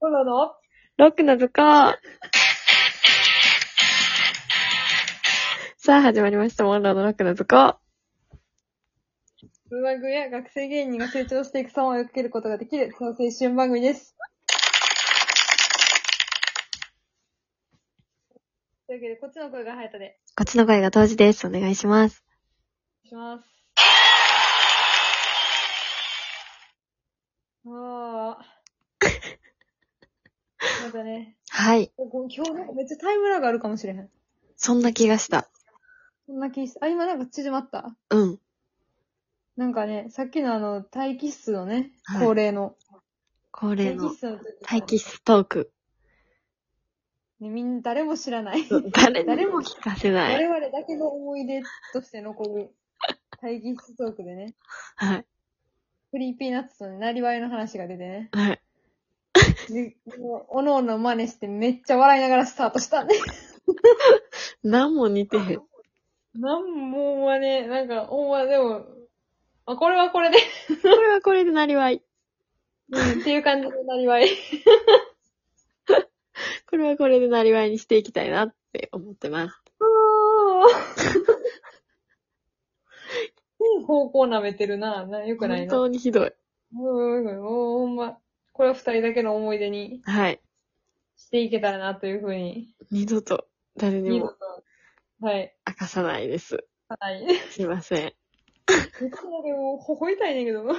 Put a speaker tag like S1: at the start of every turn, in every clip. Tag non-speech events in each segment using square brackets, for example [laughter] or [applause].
S1: コロの
S2: ロックの図工。さあ、始まりました。モンローのロックの図工。
S1: 文学や学生芸人が成長していく様を追いかけることができる、その青春番組です。というわけで、こっちの声がハヤトで、
S2: こっちの声が当時です。お願いします。
S1: します。ああ。 [laughs] まだね、
S2: はい。
S1: 今日なんかめっちゃタイムラグあるかもしれへん。
S2: そんな気がした。
S1: そんな気して、あ、今なんか縮まった。
S2: うん。
S1: なんかね、さっきのあの、待機室のね
S2: は、い
S1: 恒例の。
S2: 恒例
S1: 待
S2: の
S1: 機室の時
S2: 待機室トーク。
S1: ね、みんな誰も知らない。
S2: 誰
S1: 誰
S2: に
S1: も
S2: も聞かせな
S1: 我
S2: い。
S1: 々だけの思い出として残る待機室トークでね、
S2: はい。
S1: クリーピーナッツのなりわいの話が出てね、
S2: はい。
S1: でもうおのおの真似してめっちゃ笑いながらスタートしたね。
S2: 何も似てへん。
S1: なんもはね、なんか、ほんまでも、あ、これはこれで、
S2: これはこれでなりわい。
S1: うん、っていう感じのなりわい。
S2: これはこれでなりわいにしていきたいなって思ってます。
S1: 方向舐めてるな。なよくない
S2: 本
S1: な。う
S2: 当にひどい。
S1: んうんうんほんま、これは二人だけの思い出に
S2: はい。
S1: していけたらなというふうに。
S2: 二度と誰に
S1: いいこ
S2: も
S1: とはい。
S2: 明かさないです。
S1: はい。
S2: すいません。
S1: 僕もでも、ほほ痛いねん [laughs] けどな。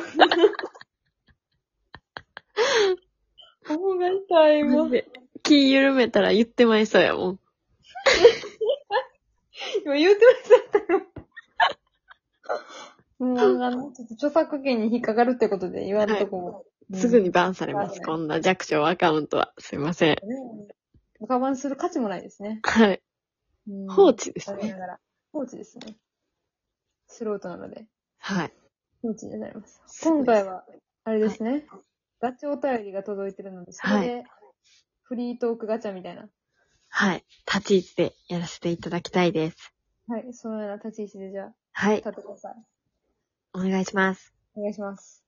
S1: ほほが痛いもん
S2: マジ。で気緩めたら言ってまいそうやもん。
S1: 今言うてましたよ。もう、あの、ちょっと著作権に引っかかるってことで言わんとこも、
S2: すぐ
S1: に。
S2: にバンされま
S1: う
S2: す、
S1: ん
S2: こんな弱小アカウントは。すいません。
S1: 我慢する価値もないですね。
S2: はい。
S1: うん
S2: [laughs] 放置です
S1: 我な
S2: ね。
S1: がら。放置ですね。素人なので、
S2: はい。
S1: 放置になります。
S2: すごい
S1: 今回は、あれですね。ガチお便りが届いてるので、それで、フリートークガチャみたいな。
S2: はい。立ち位置でやらせていただきたいです。
S1: はい、そのような立ち位置でじゃあ、
S2: はい。
S1: 立ってください。
S2: お願いします。
S1: お願いします。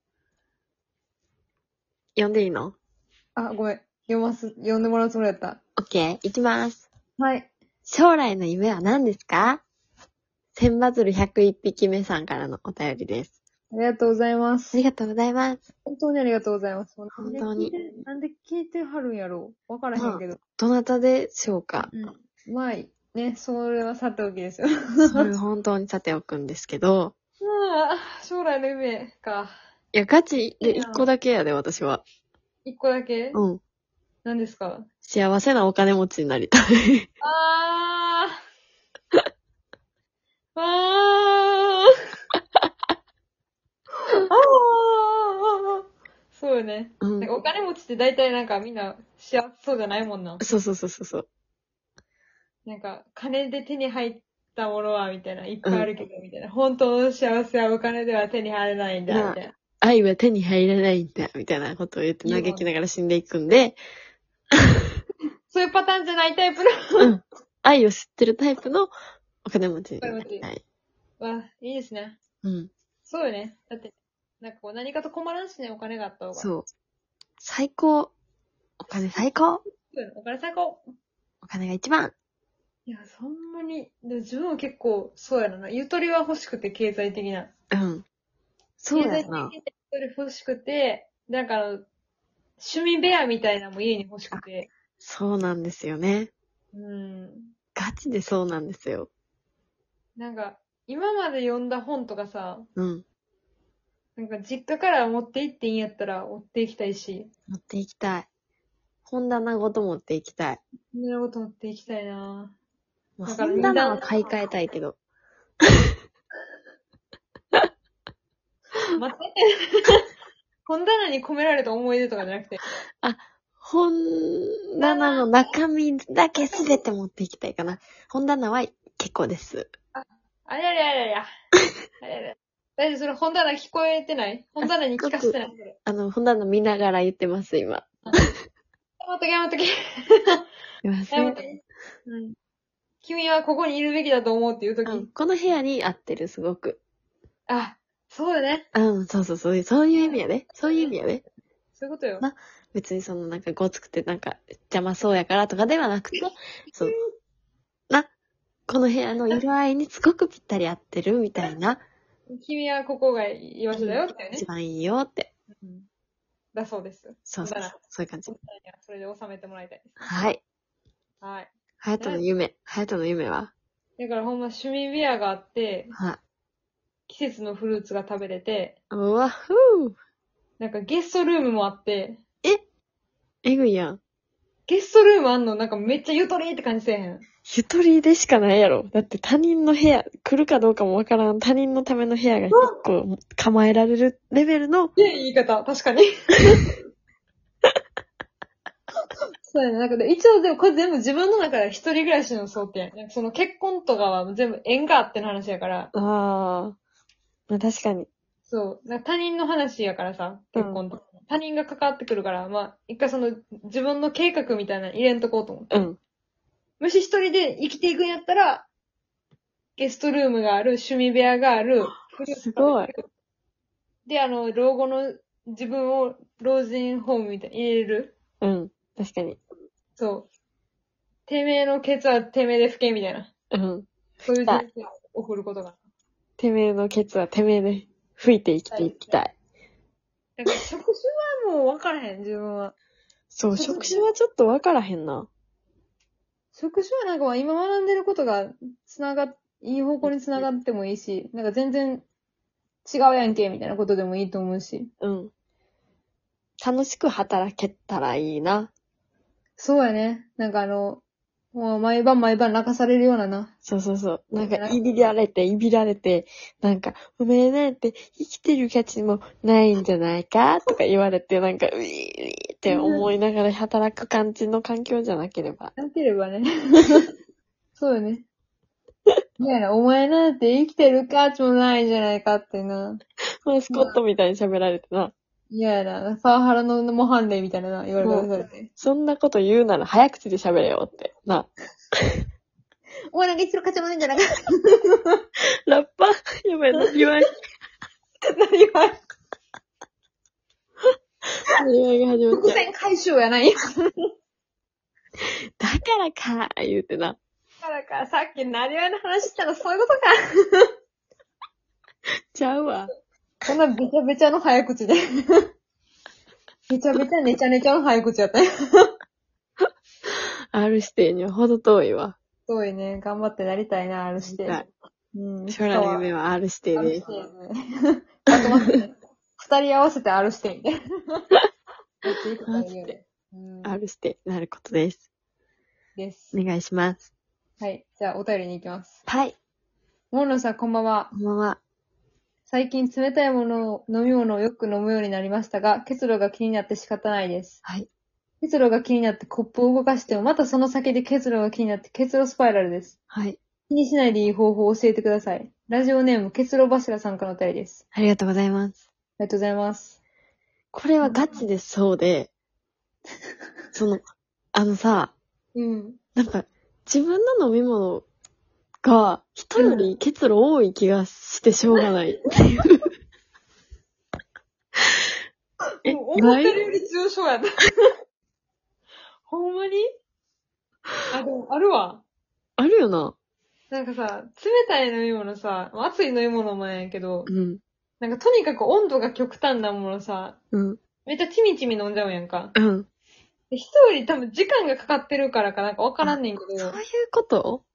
S2: 読んでいいの
S1: あ、ごめん。読ます、読んでもらうつもりだった。
S2: ?OK。いきます。
S1: はい。
S2: 将来の夢は何ですか千バズル101匹目さんからのお便りです。
S1: ありがとうございま
S2: あ
S1: す。
S2: りがとうございます。
S1: 本当にありがとうございます。本
S2: 本当に。
S1: なんで聞いてはるんやろうわからへんけど。
S2: どなたでしょ
S1: [laughs]
S2: うか
S1: うん。まあ、ね、それはさておき [laughs] ですよ。
S2: それ本当にさておくんですけど、
S1: ああ、将来の夢か。
S2: いや、ガチで一個だけやで、私は。
S1: 一個だけ
S2: うん。
S1: 何ですか
S2: 幸せなお金持ちになりたい。
S1: あ [laughs] ー。
S2: [laughs]
S1: あー。あー。そうよね。
S2: うん
S1: なんかお金持ちって大体なんかみんな幸せそうじゃないもんな。
S2: そうそうそうそうそう。
S1: なんか、金で手に入ったものは、みたいな、いっぱいあるけど、みたいな。本当の幸せはお金では手に入らないんだ、
S2: うん
S1: みたいな。
S2: 愛は手に入らないんだ、みたいなことを言って
S1: いいわ
S2: 嘆きながら死んでいくんで、
S1: そういうパターンじゃないタイプの。 [laughs]
S2: うん。愛を知ってるタイプのお金持ちになりたい。
S1: わ、いいですね。
S2: うん。
S1: そうよね。だって、なんかこう何かと困らんしね、お金があった方が。う。
S2: そう。最高。お金最高。
S1: お金最高。
S2: お金が一番。
S1: いや、そんなに、でも自分は結構、そうやろな。ゆとりは欲しくて、経済的な。
S2: うん。そうや
S1: 経済的
S2: な
S1: な。ゆとり欲しくて、なんかあの、趣味部屋みたいなのも家に欲しくて。
S2: そうなんですよね。
S1: うん。
S2: ガチでそうなんですよ。
S1: なんか、今まで読んだ本とかさ、
S2: うん。
S1: なんか実家から持って行っていいんやったら持って行きたいし、
S2: 持っていきたい。本棚ごと持っていきたい。
S1: そんなこと持って行きたいな
S2: まあ、
S1: だから
S2: 本棚は買い替えたいけど。
S1: ぁ。待って。本棚に込められた思い出とかじゃなくて。
S2: 本棚の中身だけすべて持っていきたいかな。本棚は結構です。
S1: あれあれあ
S2: [laughs]
S1: れあれあれあれ。大丈夫それ本棚聞こえてない本棚に聞かせてない。
S2: あの、本棚見ながら言ってます、今。
S1: やまとけやまとけ。
S2: すいませ
S1: やま
S2: ん
S1: と。け。うん。君はここにいるべきだと思うっていうとき、
S2: うんこの部屋に合ってる、すごく。
S1: あ、そうだね。
S2: うん、そうそうそう。そういう意味やね。そういう意味やね。
S1: そういうことよ。
S2: な別にそのなんかごつくてなんか邪魔そうやからとかではなくて、そう。な、この部屋の色合いにすごくぴったり合ってるみたいな。
S1: 君はここが居場所だよってね
S2: 一。番いいよって。
S1: うんだそうです。
S2: そうそう
S1: だ
S2: そう
S1: か。
S2: そういう感じ
S1: そ。れで収めてもらいたいです。
S2: はい。
S1: はい。
S2: ハヤトの夢。ハヤトの夢は
S1: だからほんま趣味部屋があって、
S2: はい。
S1: 季節のフルーツが食べれて、
S2: うわっふー。
S1: なんかゲストルームもあって、
S2: えぐいやん。
S1: ゲストルームあんのなんかめっちゃゆとりって感じせえへん。
S2: ゆとりでしかないやろ。だって他人の部屋、来るかどうかもわからん他人のための部屋が一個構えられるレベルの、
S1: ね言い方、確
S2: [laughs]
S1: かに。そうやね。なんかで一応でもこれ全部自分の中では一人暮らしの想定やね。なんかその結婚とかは全部縁があっての話やから、
S2: ああ、まあ確かに。
S1: そう。なんか他人の話やからさ、
S2: うん
S1: 結婚とか。他人が関わってくるから、まあ、一回その自分の計画みたいなの入れんとこうと思って。
S2: うん。
S1: もし一人で生きていくんやったら、ゲストルームがある、趣味部屋がある、
S2: すごい。
S1: で、あの、老後の自分を老人ホームみたいに入れる。
S2: うん。確かに。
S1: そう。てめえのケツはてめえで吹けみたいな。
S2: うん。
S1: そういう人
S2: たい
S1: 生を送ることが。
S2: てめえのケツはてめえで吹いて生きていきたい。
S1: だから職種はもう分からへん、自分は。
S2: そう、職種はちょっとわからへんな。
S1: 職種はなんかまあ今学んでることが、つながっ、いい方向につながってもいいし、なんか全然違うやんけ、みたいなことでもいいと思うし。
S2: うん。楽しく働けたらいいな。
S1: そうやね。なんかあの、もう毎晩毎晩泣かされるようなな。
S2: そうそうそう。なん
S1: だ
S2: か、
S1: から
S2: いびられて、いびられて、なんか、おめえなんて生きてる価値もないんじゃないかとか言われて、なんか、うぃーうぃーって思いながら働く感じの環境じゃなければ。
S1: なければね。 [laughs] そうよね。いやな、お前なんて生きてる価値もないじゃないかってな。
S2: まあ、スコットみたいに喋られてな。
S1: 嫌やな、パワハラの模範例みたいなな言われ方されて。
S2: そんなこと言うなら早口で喋れよって。な。
S1: お前なんか生きてる価値もないんじゃない [laughs] かって
S2: ラッパーやばい、なりわい。
S1: なりは、
S2: なりわいが始まっ
S1: 伏
S2: ちゃう。
S1: 線回収やない。だ
S2: だからか言うてな。
S1: からか、さっきなりわいの話したらそういうことか。
S2: ちゃうわ。
S1: こんなべちゃべちゃの早口で。 [laughs] べちゃべちゃねちゃねちゃの早口やったね。
S2: R 指定にはほど遠いわ。
S1: そういね、頑張ってなりたいな、あるして。
S2: はい
S1: うん。
S2: 将来の夢は R 指定
S1: ある
S2: で
S1: し
S2: す。
S1: ね。あと待って、二人合わせてあるしてみた [laughs] いな。めっちゃいいこと言うよね。うん。
S2: R 指定なることです。
S1: です。
S2: お願いします。
S1: はい。じゃあ、お便りに行きます。
S2: はい。
S1: モンローさん、こんばんは。
S2: こんばんは。
S1: 最近冷たいものを、飲み物をよく飲むようになりましたが、結露が気になって仕方ないです。
S2: はい。
S1: 結露が気になってコップを動かしても、またその先で結露が気になって結露スパイラルです。
S2: はい。
S1: 気にしないでいい方法を教えてください。ラジオネーム、結露柱さんからのお便りです。
S2: ありがとうございます。
S1: ありがとうございます。
S2: これはガチでそうで、その、あのさ、
S1: うん。
S2: なんか、自分の飲み物が、人より結露多い気がしてしょうがないっていう。え
S1: もう思ってるより重症やった。 [laughs] ほんまにあ、でも、あるわ。
S2: あるよな。
S1: なんかさ、冷たい飲み物さ、まあ熱い飲み物もやけど、
S2: うん。
S1: なんかとにかく温度が極端なものさ、
S2: うん。
S1: めっちゃちみちみ飲んじゃうやんか。
S2: うん。
S1: で人より多分時間がかかってるからかなんかわからんねんけ
S2: そうい
S1: ど
S2: う、こと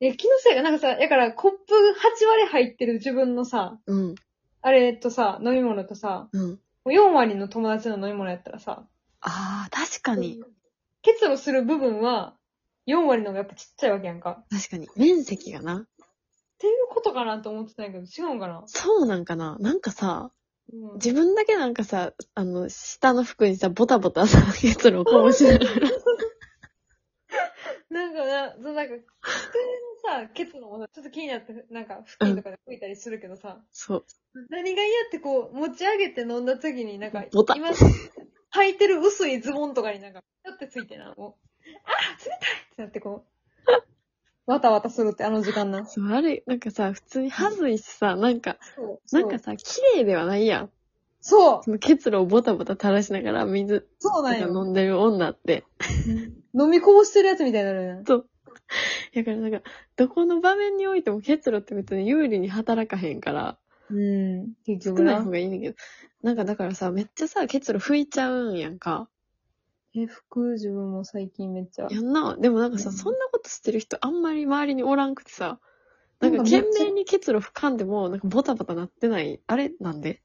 S1: え、気のせいか、なんかさ、やからコップ8割入ってる自分のさ、
S2: うん。
S1: あれとさ、飲み物とさ、
S2: うん。
S1: もう4割の友達の飲み物やったらさ、
S2: ああ、確かに。
S1: 結露する部分は、4割の方がやっぱちっちゃいわけやんか。っ
S2: 確かに。面積がな。
S1: ていうことかなと思ってたんやけど、違うんかな、
S2: そうなんかな。なんかさ、
S1: うん、
S2: 自分だけなんかさ、あの、下の服にさ、ボタボタさ、結露こぼしながら。
S1: なんかな、そのなんか、机のさ、結露もさ、ちょっと気になって、なんか、布巾とかで拭いたりするけどさ、
S2: そう。
S1: 何が嫌ってこう、持ち上げて飲んだ時になんか、
S2: ボタン
S1: 今、履いてる薄いズボンとかになんか、ちょってついてな、もう、あ冷たいってなってこう、わたわたするってあの時間な。
S2: そう、あれ、なんかさ、普通に恥ずいしさ、なんか、
S1: そう。
S2: なんかさ、綺麗ではないやん。
S1: そう
S2: その結露をボタボタ垂らしながら水
S1: そう
S2: と
S1: な
S2: か
S1: んよ。
S2: 飲んでる女って。
S1: 飲みこぼしてるやつみたいになるやん。
S2: だからなんか、どこの場面においても結露って別に有利に働かへんから、
S1: うん。結
S2: 少
S1: 局
S2: ない
S1: な
S2: 方。がいいねんだけど、なんかだからさ、めっちゃさ、結露拭いちゃうんやんか。
S1: え、服自分も最近めっちゃ。
S2: やんな。でもなんかさ、
S1: うん
S2: そんなことしてる人あんまり周りにおらんくてさ、なんか
S1: なんかめっ
S2: 懸
S1: ちゃ
S2: 命に結露拭かんでも、なんかボタボタなってない。あれなんで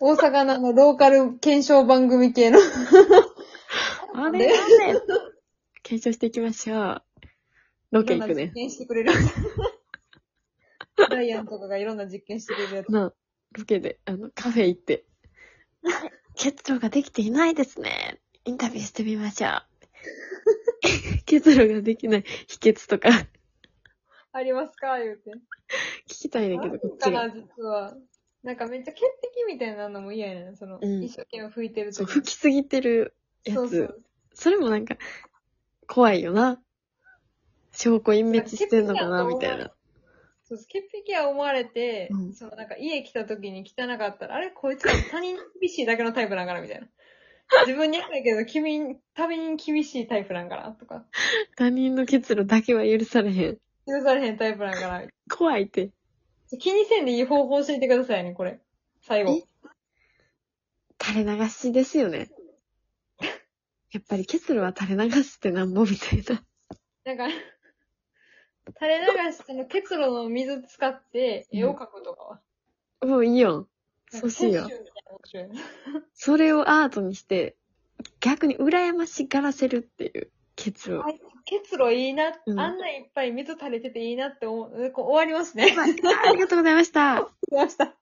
S1: 大阪のあのローカル検証番組系の。
S2: あ
S1: で
S2: れなんで [laughs] 検証していきましょう。ロケ行く
S1: いろんな実
S2: ね。
S1: 験してくれる。ダイアンとかがいろんな実験してくれるやつ。
S2: なあ、ロケで、あの、カフェ行って。結露ができていないですね。インタビューしてみましょ [laughs] う。結露ができない秘訣とか [laughs]
S1: ありますか言うて。
S2: 聞きたいねんだけど、こっ
S1: か
S2: ちが。
S1: な、実は。なんかめっちゃ潔癖みたいなのも嫌やねん。その、
S2: うん
S1: 一生懸命拭いてる
S2: そう、
S1: と
S2: 吹きすぎてるやつ。
S1: そ
S2: そう
S1: そう。
S2: れもなんか、怖いよな。証拠隠滅してんのか
S1: 潔癖だと
S2: な、
S1: 思
S2: み
S1: う
S2: たいな。
S1: そう潔癖は思われて、
S2: うん
S1: そのなんか家来た時に汚かったら、あれこいつは他人に厳しいだけのタイプなんかなみたいな。自分にやったけど、君に、他人に厳しいタイプなんかなとか。
S2: 他人の結露だけは許されへん。
S1: 許されへんタイプなんかなみたいな
S2: 怖いって。
S1: ちょ気にせんでいい方法教えてくださいね、これ。最後。
S2: 垂れ流しですよ [laughs] ね。やっぱり結露は垂れ流すってなんぼみたいな。
S1: なんか、垂れ流し、その結露の水使って絵を描くとかは。
S2: もういいよん。
S1: なん
S2: そ
S1: か
S2: うし
S1: 雪
S2: よう。
S1: 舟みたいな面白いね
S2: それをアートにして、逆に羨ましがらせるっていう結論。
S1: あ結露いいな、
S2: うん
S1: あんないっ [laughs] ぱい水垂れてていいなって思う、こう終わりますね。
S2: ありがとうございました。
S1: 終わりました。